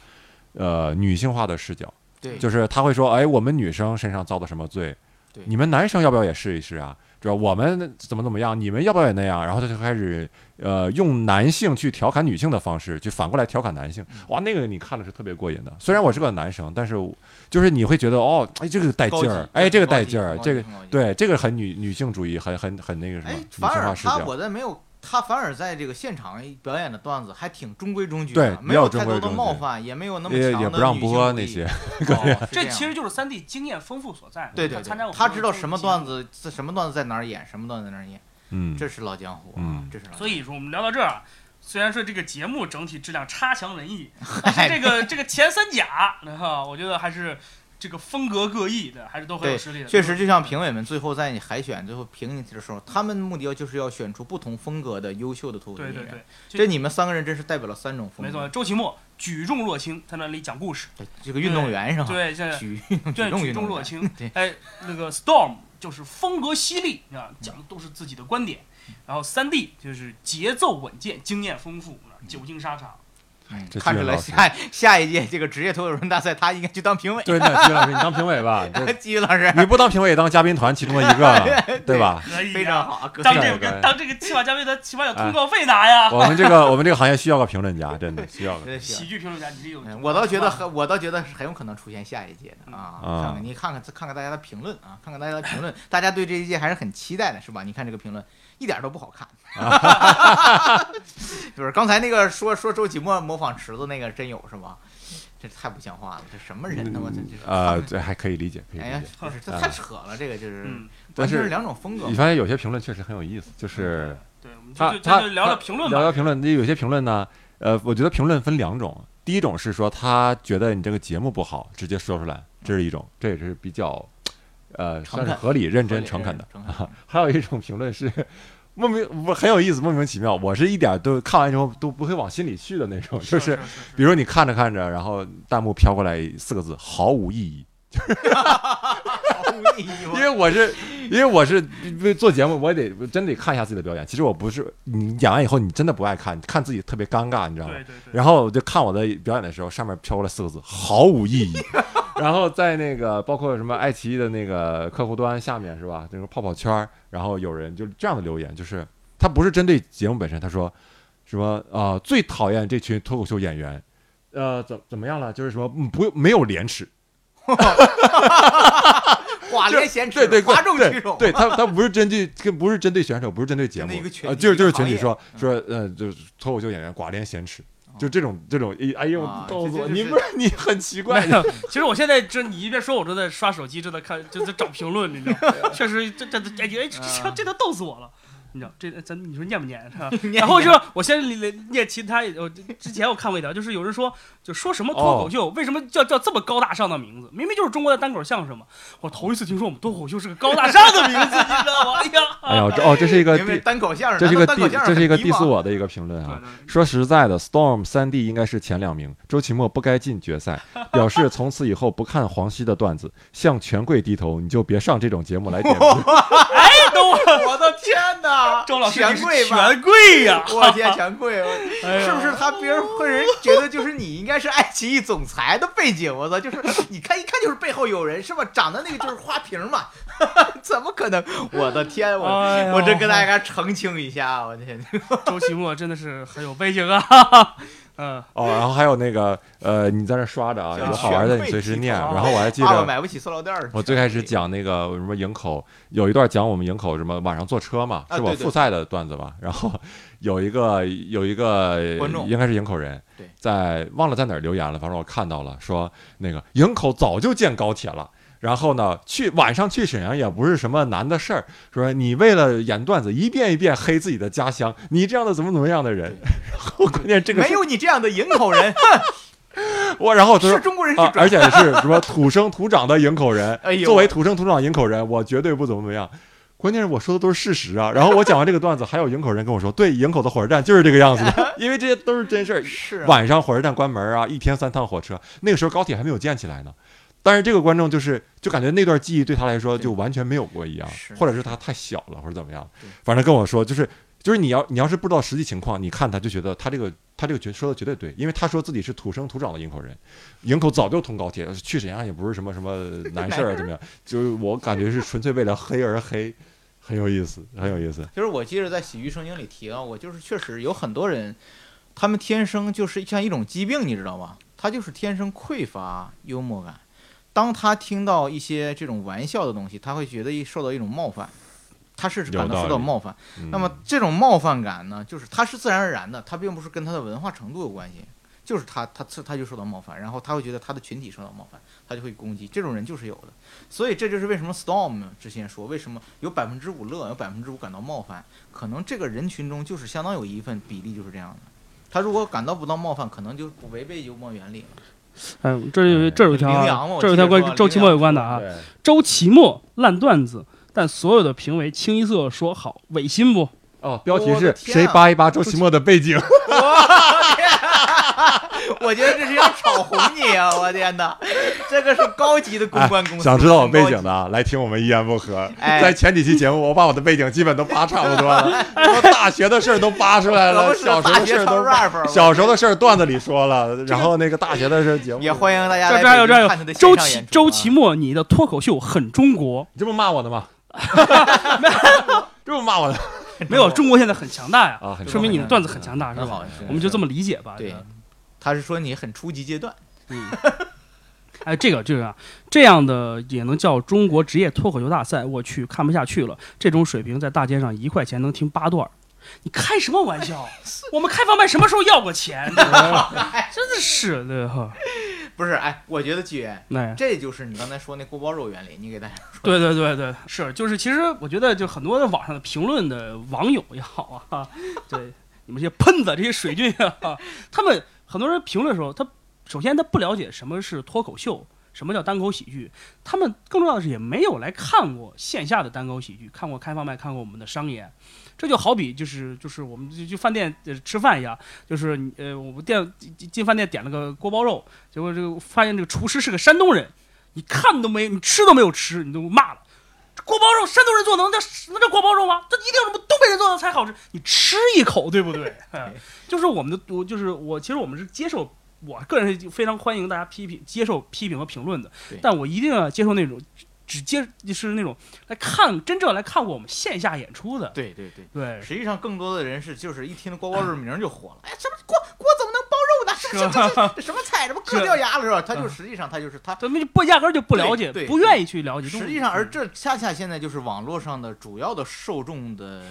呃女性化的视角。对，就是他会说，哎，我们女生身上遭的什么罪对？你们男生要不要也试一试啊？主要我们怎么怎么样，你们要不要也那样？然后他就开始，呃，用男性去调侃女性的方式，就反过来调侃男嗯性。哇，那个你看的是特别过瘾的。虽然我是个男生，但是我就是你会觉得，哦，哎，这个带高劲级儿，哎，这个高带级劲儿，高这级个高级对，这个很女女性主义，很很很那个什么哎，女性反而化视他角。我在没有他反而在这个现场表演的段子还挺中规中矩对的，比没较有中太多规的中冒矩犯，也没有那么也强也的不让女性播主那义些， [laughs] [laughs] 哦是这样其实就是三 D 经验丰富所在。对他对参加对，过他知很多道综艺什么节段目。子，这什么段子在哪儿演，什么段子在哪儿演，嗯，这是老江湖啊，嗯这是老江湖所以说，我们聊到这儿啊，虽然说这个节目整体质量差强人意，哎 [laughs] 这个这个前三甲，哈，我觉得还是这个风格各异的，还是都很有实力的。 [laughs] 确实，就像评委们最后在你海选最后评你的时候，他们目的要就是要选出不同风格的优秀的脱口秀对演员。对对，这你们三个人真是代表了三种风格。没错。周奇墨举重若轻，在那里讲故事，对，这个运动员是吧？对，现 [laughs] 在举对举重举运重动若员。轻对，哎，那个 Storm 就是风格犀利啊，讲的都是自己的观点。嗯然后三 D 就是节奏稳健，经验丰富，啊久经沙场。嗯这看出金来老师下下一届这个职业脱口秀人大赛，他应该去当评委。对，那金老师，你当评委吧，你 [laughs] 这季老师你不当评委也当嘉宾团其中的一个了，对吧？可以、啊，嗯非常好，哎哥当这这个个当这个起码嘉宾，他起码有通告费拿呀。 [laughs] 我们这个我们这个行业需要个评论家，真的需要个。真喜行。剧评论家，你这有嗯，我倒觉得很，我倒觉得是很有可能出现下一届的啊！嗯看看你看看看看大家的评论啊，看看大家的评论，大家对这一届还是很期待的，是吧？你看这个评论一点都不好看， [laughs] 就是刚才那个说说周启墨模仿池子那个真有是吧？这太不像话了，这什么人呢？我这这是啊，这还可以理解，可以哎理呀解。，不是这太扯了，这个就是嗯，完但全是是两种风格你。发现有些评论确实很有意思，就是对，我们他嗯就就他就聊聊评论聊吧。聊评论。那有些评论呢，呃，我觉得评论分两种，第一种是说他觉得你这个节目不好，直接说出来，这是一种，这也是比较，呃，诚恳哎算是合理、认真、诚恳的。，还有一种评论是。莫名我很有意思，莫名其妙，我是一点儿都看完之后都不会往心里去的那种， [laughs] 就是是比如你看着看着，然后弹幕飘过来四个字“毫无意义”，毫无意义吗 [laughs] 因 [laughs] 为我是，因为我是为做节目，我也得真得看一下自己的表演。其实我不是，你演完以后你真的不爱看，你看自己特别尴尬，你知道吗对？对对。然后我就看我的表演的时候，上面飘过来四个字“毫无意义”。 [laughs] 然后在那个包括什么爱奇艺的那个客户端下面是吧？那个泡泡圈儿，然后有人就这样的留言，就是他不是针对节目本身，他说什么啊、呃最讨厌这群脱口秀演员，呃，怎怎么样了？就是什么嗯不没有廉耻，寡廉鲜耻， [laughs] 对对，哗众对取宠，对他他不是针对，跟不是针对选手，不是针对节针目对一个，群啊，体就是就是一个群行体业说说，呃，就是脱口秀演员寡廉鲜耻，就这种这种，哎哎呦哦啊，豆这子这，就你是不是你很奇怪没，有，其实我现在这你一边说，我正在刷手机，正在看，就在找评论，你知道吗， [laughs] 确实这这这哎这这这都逗死我了。你知道这咱你说念不念是吧？然后就我先念其他，我之前我看过一条，就是有人说就说什么脱口哦秀，为什么叫叫这么高大上的名字？明明就是中国的单口相声嘛。我头一次听说我们脱口秀是个高大上的名字，你知道吗？哎呀， [laughs] 哎呀，这哦，这是一个因为地，单口相声，这是一个难道单口地，相声这是一个很低 diss 吗我的一个评论啊对，说实在的，Storm 三 D 应该是前两名，周奇墨不该进 [laughs] 决赛，表示从此以后不看黄西的段子，向权贵低头，你就别上这种节目来 [laughs] 点评。哎，等我，我的天哪， [laughs] 周老师权你是贵吧？权贵 [laughs] 呀、我天，权贵， [laughs] 哎呀是不是他别人会人觉得就是你应该是爱奇艺总裁的背景？我操，就是 [laughs] 你看一看就是背后有人是吧？长得那个就是花瓶嘛， [laughs] 怎么可能？我的天，我、哎呦我这跟大家澄清一下，我天，周奇墨真的是很有背景啊， [laughs] 哈哈嗯，哦，然后还有那个呃，你在那刷着啊，行有好玩的全你被随时踢念。走啊然后我还记爸爸得买不起塑料袋儿。我最开始讲那个什么营口，有一段讲我们营口什么晚上坐车嘛，啊是我对对复赛的段子吧。然后有一个有一个观众应该是营口人对，在忘了在哪儿留言了，反正我看到了，说那个营口早就建高铁了。然后呢，去晚上去沈阳也不是什么难的事儿。说你为了演段子一遍一遍黑自己的家乡，你这样的怎么怎么样的人？然后关键这个没有你这样的营口人，我，然后他说是中国人是啊，准。而且是什么土生土长的营口 [laughs] 人哎呦作为土生土长营口人，我绝对不怎么怎么样。关键是我说的都是事实啊。然后我讲完这个段子，还有营口人跟我说，对，营口的火车站就是这个样子的， [laughs] 因为这些都是真事儿。是啊晚上火车站关门啊，一天三趟火车，那个时候高铁还没有建起来呢。但是这个观众就是，就感觉那段记忆对他来说就完全没有过一样是，或者是他太小了，或者怎么样对。反正跟我说，就是就是你要你要是不知道实际情况，你看他就觉得他这个他这个绝说的绝对对，因为他说自己是土生土长的营口人，营口早就通高铁，去沈阳也不是什么什么难事儿啊，怎 [laughs] 么样？就是我感觉是纯粹为了黑而黑，很有意思，很有意思。就是我记着在《喜剧圣经》里提啊到，我就是确实有很多人，他们天生就是像一种疾病，你知道吗？他就是天生匮乏幽默感。当他听到一些这种玩笑的东西，他会觉得一受到一种冒犯，他是感有到道受理到冒犯。嗯那么这种冒犯感呢，就是它是自然而然的，它并不是跟他的文化程度有关系，就是他他他他就受到冒犯，然后他会觉得他的群体受到冒犯，他就会攻击，这种人就是有的。所以这就是为什么 Storm 之前说，为什么有百分之五乐，有百分之五感到冒犯，可能这个人群中就是相当有一份比例就是这样的。他如果感到不到冒犯，可能就不违背幽默原理了。嗯，这有这有一条羚羊嘛啊，我这有一记得条关说周奇羚墨羊有关的啊。对周奇墨烂段子，但所有的评委清一色说好，违心不？哦，标题我的是天啊谁扒一扒周奇墨的背景？我觉得这是要炒红你啊！我天哪，这个是高级的公关公司。哎想知道我背很高景级的，来听我们一言不合。 [laughs] 哎在前几期节目，我把我的背景基本都扒差不多 [laughs] 了，我大学的事儿都扒出来可了，不是小时候大的事学儿唱都 rap，儿小时候的事儿段子里说了，然后那个大学的事儿节目也欢迎大家这来这还有这北还京有看他的周线上演奇出啊周奇墨，你的脱口秀很中国，你这不骂我 [laughs] 的吗？这不骂我的没有中国现在很强大呀，啊，很说明你的段子很强大，是很吧？好，是我们就这么理解吧。对，他是说你很初级阶段， [laughs] 嗯，哎，这个这个啊这样的也能叫中国职业脱口秀大赛？我去，看不下去了。这种水平在大街上一块钱能听八段儿，你开什么玩笑？我们开放麦什么时候要过钱？真的是的哈，不是？哎，我觉得纪元，哎。这就是你刚才说那锅包肉原理，你给大家对对对对，是就是，其实我觉得就很多的网上的评论的网友也好啊，对你们这些喷子、这些水军啊，他们很多人评论的时候，他首先他不了解什么是脱口秀，什么叫单口喜剧，他们更重要的是也没有来看过线下的单口喜剧，看过开放麦，看过我们的商演。这就好比就是就是我们就就饭店呃吃饭一样，就是你呃我们店进进饭店点了个锅包肉，结果这个发现这个厨师是个山东人，你看都没，你吃都没有吃，你都骂了。这锅包肉，山东人做的能叫能叫锅包肉吗？这一定是我们东北人做的才好吃。你吃一口，对不 [laughs] 对？哎就是我们的，我就是我，其实我们是接受，我个人是非常欢迎大家批评、接受批评和评论的对，但我一定要接受那种只只接就是那种来看真正来看过我们线下演出的，对对对。对，实际上，更多的人是就是一听锅包肉名儿就火了，哎，什么锅锅怎么能包肉呢？ [laughs] 这这这这什么菜，这不嗑这掉牙了是吧？他就嗯实际上他就是他，咱们就不压根儿就不了解对对，不愿意去了解东西。实际上而嗯这恰恰现在就是网络上的主要的受众的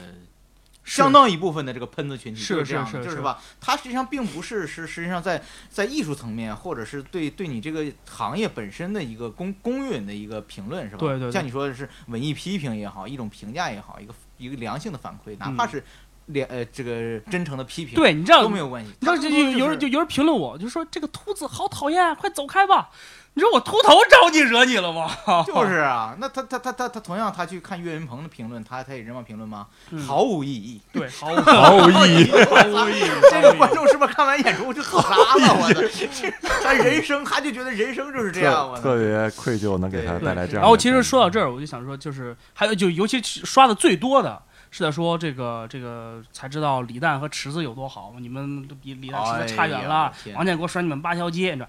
是相当一部分的这个喷子群体是就是这样是的，是就是是吧？他实际上并不是是实际上在在艺术层面，或者是对对你这个行业本身的一个公公允的一个评论，是吧？对对对像你说的是文艺批评也好，一种评价也好，一个一个良性的反馈，哪怕是良呃这个真诚的批评，嗯对，你知道都没有关系。你知道他就更多有有人就就是有人评论我，就说这个秃子好讨厌，快走开吧！你说我秃头招你惹你了吗？就是哦啊，那他他他他他同样他去看岳云鹏的评论，他他也这么评论吗？嗯毫无意义。对，毫 [laughs] 无 [laughs] [laughs] 毫无哦意义。毫无意义。这个观众是不是看完演出就自杀了？我 [laughs] 的，这他人生他就觉得人生就是这样，我特特的。别愧疚，能给他对带来这样。然后其实说到这，儿，我就想说，就是还有就尤其是刷的最多的。是在说这个这个才知道李诞和池子有多好，你们都比李诞池子差远哎呀了我。天王建国甩你们八条街，你知道？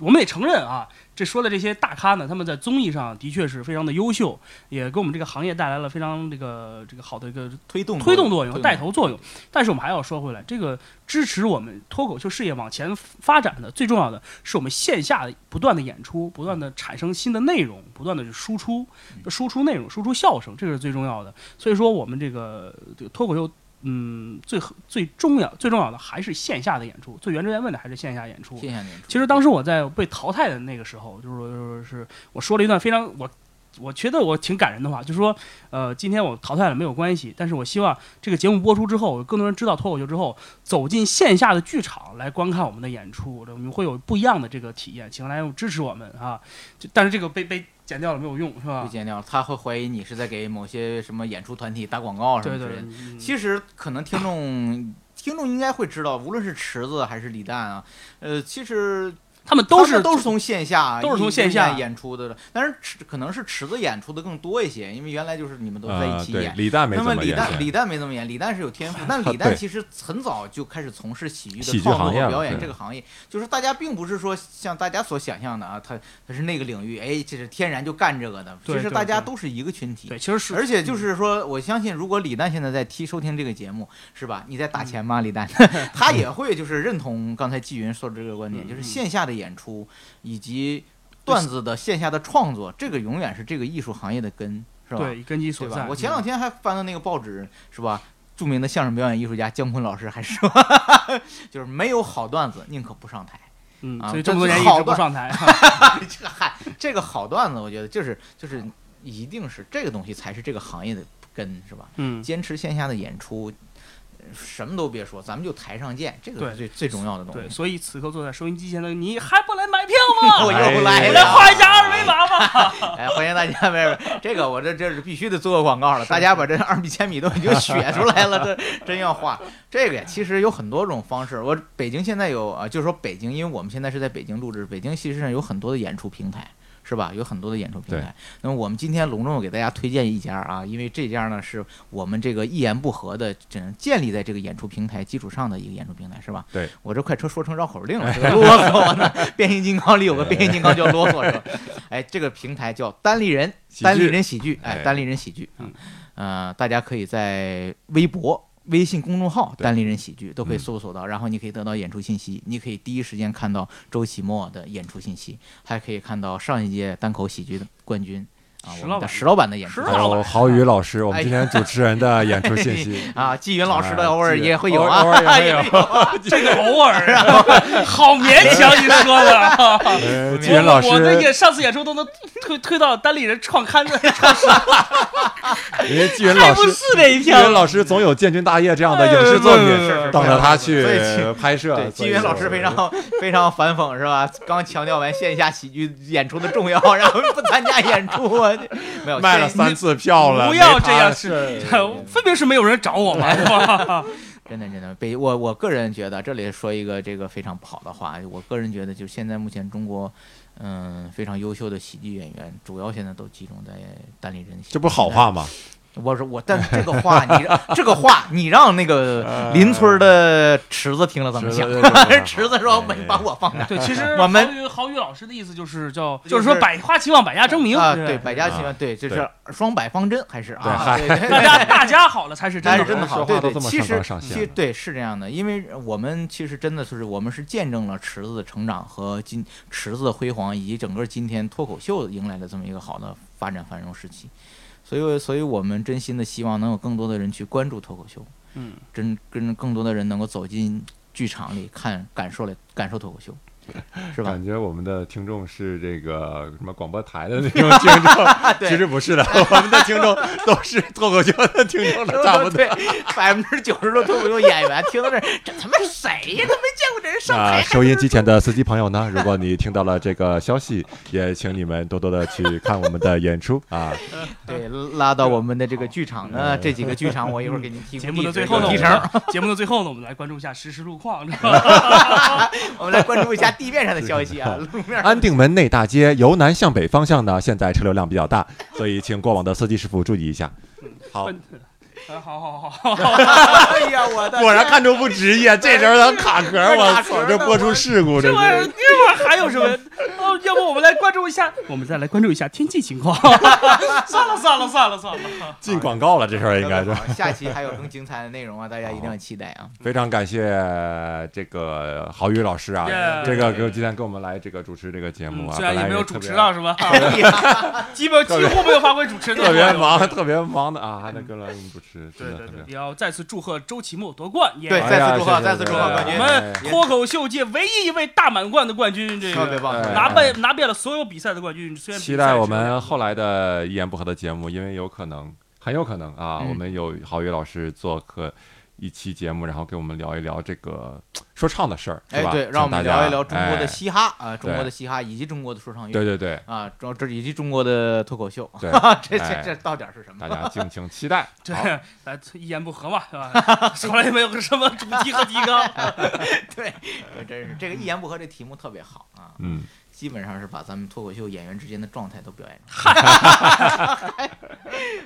我们得承认啊，这说的这些大咖呢，他们在综艺上的确是非常的优秀，也给我们这个行业带来了非常这个这个好的一个推动推动作用和带头作用。但是我们还要说回来，这个支持我们脱口秀事业往前发展的最重要的是我们线下的不断的演出，不断的产生新的内容，不断的去输出，输出内容，输出笑声，这个是最重要的。所以说，我们这个这个脱口秀。嗯，最核最重要最重要的还是线下的演出，最原汁原味的还是线下演出。现象演出。其实当时我在被淘汰的那个时候，就是说就是是我说了一段非常我我觉得我挺感人的话，就是说呃，今天我淘汰了没有关系，但是我希望这个节目播出之后，有更多人知道脱口秀之后，走进线下的剧场来观看我们的演出，我们会有不一样的这个体验，请来支持我们啊！就但是这个被被剪掉了没有用被是吧？剪掉，他会怀疑你是在给某些什么演出团体打广告什么对对之类对的。，嗯其实可能听众听众应该会知道，无论是池子还是李诞啊，呃，其实他们都他是们都是从线下都是从一线下一演出的了，但是池可能是池子演出的更多一些，因为原来就是你们都在一呃，起对演，。李诞没那怎么么啊李演诞，戏，李诞没这么演，李诞是有 [laughs] 天赋，但他李诞对其实很早就开始从事喜剧喜的剧创行作业和了表演对这个行业，就是大家并不是说像大家所想象的啊，他他是那个领域，哎，这是天然就干这个的，其对实对大家对都是一个群体对，，其实是而且就是说，我相信如果李诞现在在听收听这个节目，是吧？你在打钱吗，李诞？ [laughs] 他也会就是认同刚才纪云说的这个观点，嗯就是线下的演出以及段子的线下的创作，这个永远是这个艺术行业的根，是吧？对根基对所吧在。？我前两嗯天还翻到那个报纸，是吧？著名的相声表演艺术家姜昆老师还说， [laughs] 就是没有好段子，宁可不上 [laughs] 台。嗯，啊所以这么多这年一好直不段上台，这个嗨，这个好段子，我觉得就是就是一定是这个东西才是这个行业的根，是吧？嗯，坚持线下的演出，呃什么都别说，咱们就台上见，这个对是最最重要的东对，西。所以此刻坐在收音机前的你还不来买票 [laughs] 我吗？又来来哎了，画一下二维码吧。哎，欢迎大家！没有，没有这个我这这是必须得做个广告了。大家把这二米千米都已经 [laughs] 写出来了， [laughs] 这真要画这个呀。其实有很多种方式。我北京现在有啊，就是说北京，因为我们现在是在北京录制，北京其实上有很多的演出平台。是吧？有很多的演出平台。那么我们今天隆重地给大家推荐一家啊，因为这家呢是我们这个一言不合的，只能建立在这个演出平台基础上的一个演出平台，是吧？对，我这快车说成绕口 [laughs] 令了，这个啰嗦呢。 [laughs] 变形金刚里有个变形金刚叫啰嗦，是 [laughs] 吧？哎，这个平台叫单立人，喜剧单立人喜剧，哎，哎单立人喜剧啊嗯，呃，大家可以在微博。微信公众号“对单立人喜剧”都可以嗯搜索到，然后你可以得到演出信息，你可以第一时间看到周启墨的演出信息，还可以看到上一届单口喜剧的冠军啊，石我们老的板石老板的演出石还老有板郝宇老师，我哎们今天主持人的演出信息， [laughs] 啊，纪云老师哎的偶尔纪也会有偶啊，尔 [laughs] 也会有。哎这个偶尔啊，好勉强你说的。啊呃，纪纪云老师我，我那个上次演出都能推推到单立人创刊的，因为呃纪云还老不师，是这 [laughs] 一纪票云。老师总有建军大业这样的影视作哎是是品是等着他去所以纪拍摄。对，所纪以哎云老师非常 [laughs] 非常反讽是吧？刚强调完线下喜剧演出的重要， [laughs] 然后不参加演出，我没有 [laughs] 卖了线三次票了，不要没这他样事是， [laughs] 分明是没有人找我嘛，是吧？真的真的，北我我个人觉得，这里说一个这个非常不好的话，我个人觉得，就是现在目前中国，嗯，非常优秀的喜剧演员，主要现在都集中在单立人喜剧。这不好话吗？我说我，但是这个话你让这个话你让那 [laughs] 个邻村的池子哎听了 [laughs] 怎么想？ [laughs] 池子说没把我放哪儿对，其实我们郝宇郝宇老师的意思就是叫，就是就是说百花齐放，百家争鸣啊？是吧对，百家齐放，对，就是双百方针还是啊？[laughs] 对对对大家大家好了才是真但的是好，真的说好，话对都对，这么其上纲实上线其实的对是这样的，因为我们其实真的就是我们是见证了池子的成长和今池子的辉煌，以及整个今天脱口秀迎来的这么一个好的发展繁荣时期，所以所以我们真心的希望能有更多的人去关注脱口秀，嗯，真跟更多的人能够走进剧场里看感受来感受脱口秀，是吧？感觉我们的听众是这个什么广播台的那种 [laughs] 听众，对其实不是的， [laughs] 我们的听众都是脱口秀的听 [laughs] 众了，差不多。对，百分之九十的脱口秀演员听到这，这他妈谁呀？他没见过这人上台那还啊收音机前的司机朋友呢？如果你听到了这个消息，也请你们多多的去看我们的演出啊！ [laughs] 对，拉到我们的这个剧场呢，这几个剧场我一会儿给您提供节目的地址最后呢，有我提提成，们节目的最后呢，我们来关注一下实时路况，是吧？ [laughs] 我们来关注一下地面上的消息 [laughs] 啊，路面安定门内大街由南向北方向呢，现在车流量比较大，所以请过往的司机师傅注意一下。嗯好，啊，好好好好， [laughs] 哎呀，我的果然看出不职 [laughs] 业，这人能卡壳，我操，这播出事故，这这玩意儿是。这玩意儿还有什么？哦，要不我们来关注一下，我们再来关注一下天气情况。 [laughs] 算了算了算了算了，进广告了，这事儿 [laughs] 应该是。好下期还有更精彩的内容啊，大家一定要期待啊！非常感谢这个郝宇老师啊 Yeah 这个给我今天跟我们来这个主持这个节嗯目啊，虽然本也来没有特主持别到是吧？哎呀 [laughs] 基本几乎没有发挥主持的作特 [laughs] 别用。忙，特别忙的啊，还得跟来我们主持，对真的哎对特别对，也要再次祝贺周奇墨夺冠，也对再次祝贺再次祝贺我冠军们哎脱口秀界唯一一位大满贯的冠军，这特别啊个呃棒，哎拿遍拿遍了所有比赛的冠军。虽然比赛期待我是有们点后来的一言不合的节目，因为有可能，很有可能啊，嗯我们有郝宇老师做客一期节目，然后给我们聊一聊这个说唱的事儿，哎是吧？对，让我们请大家聊一聊中国的哎嘻哈啊，中国对的嘻哈以及中国的说唱乐对对对啊，中这以及中国的脱口秀，对， [laughs] 这这哎这到底儿是什么大？家敬请期待。对好，，来一言不合嘛，是吧？ [laughs] 从来也没有什么主题和提纲。 [laughs] 对，真是这个一言不合，这题目特别好啊， [laughs] 嗯，基本上是把咱们脱口秀演员之间的状态都表演出 [laughs] 来。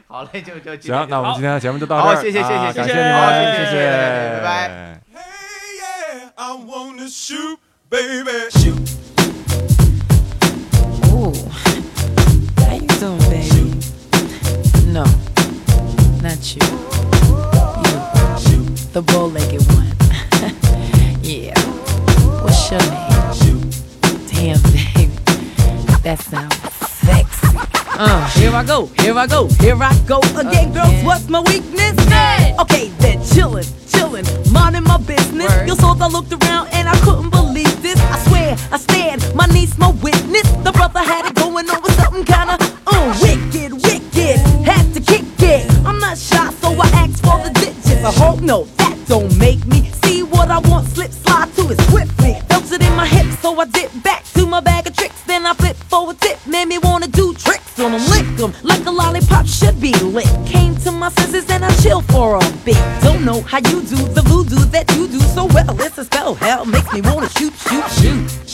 好嘞，就就行，那我们今天的节目就到这好，儿，谢谢谢啊谢感谢谢谢你好们，谢谢谢谢，拜拜。 Hey, yeah, I wanna shoot, baby. Shoot, Ooh, how you doing, baby? No, not you. You, the bow-legged one. [laughs] yeah. What's your name? Damn, baby, that sounds sexy. Uh, here I go, here I go, here I go again, girls. What's my weakness? Okay, then chillin', chillin', minding my business. Word. You saw I looked around and I couldn't believe this. I swear, I stand, my niece, my witness. The brother had it going on with something kinda uh, wicked, wicked. Had to kick it. I'm not shy, so I asked for the digits. I hope no, that don't make me see what I want. Slip, slide to it swiftly. Felt it in my hips, so I dip back to my bag of tricks. Then I flip for a tip, made me wanna do tricks on 'em, lick 'em like a lollipop should be lit. Came to my senses and I chill for a bit. Don't know how you do the voodoo that you do so well. It's a spell, hell makes me wanna shoot, shoot, shoot.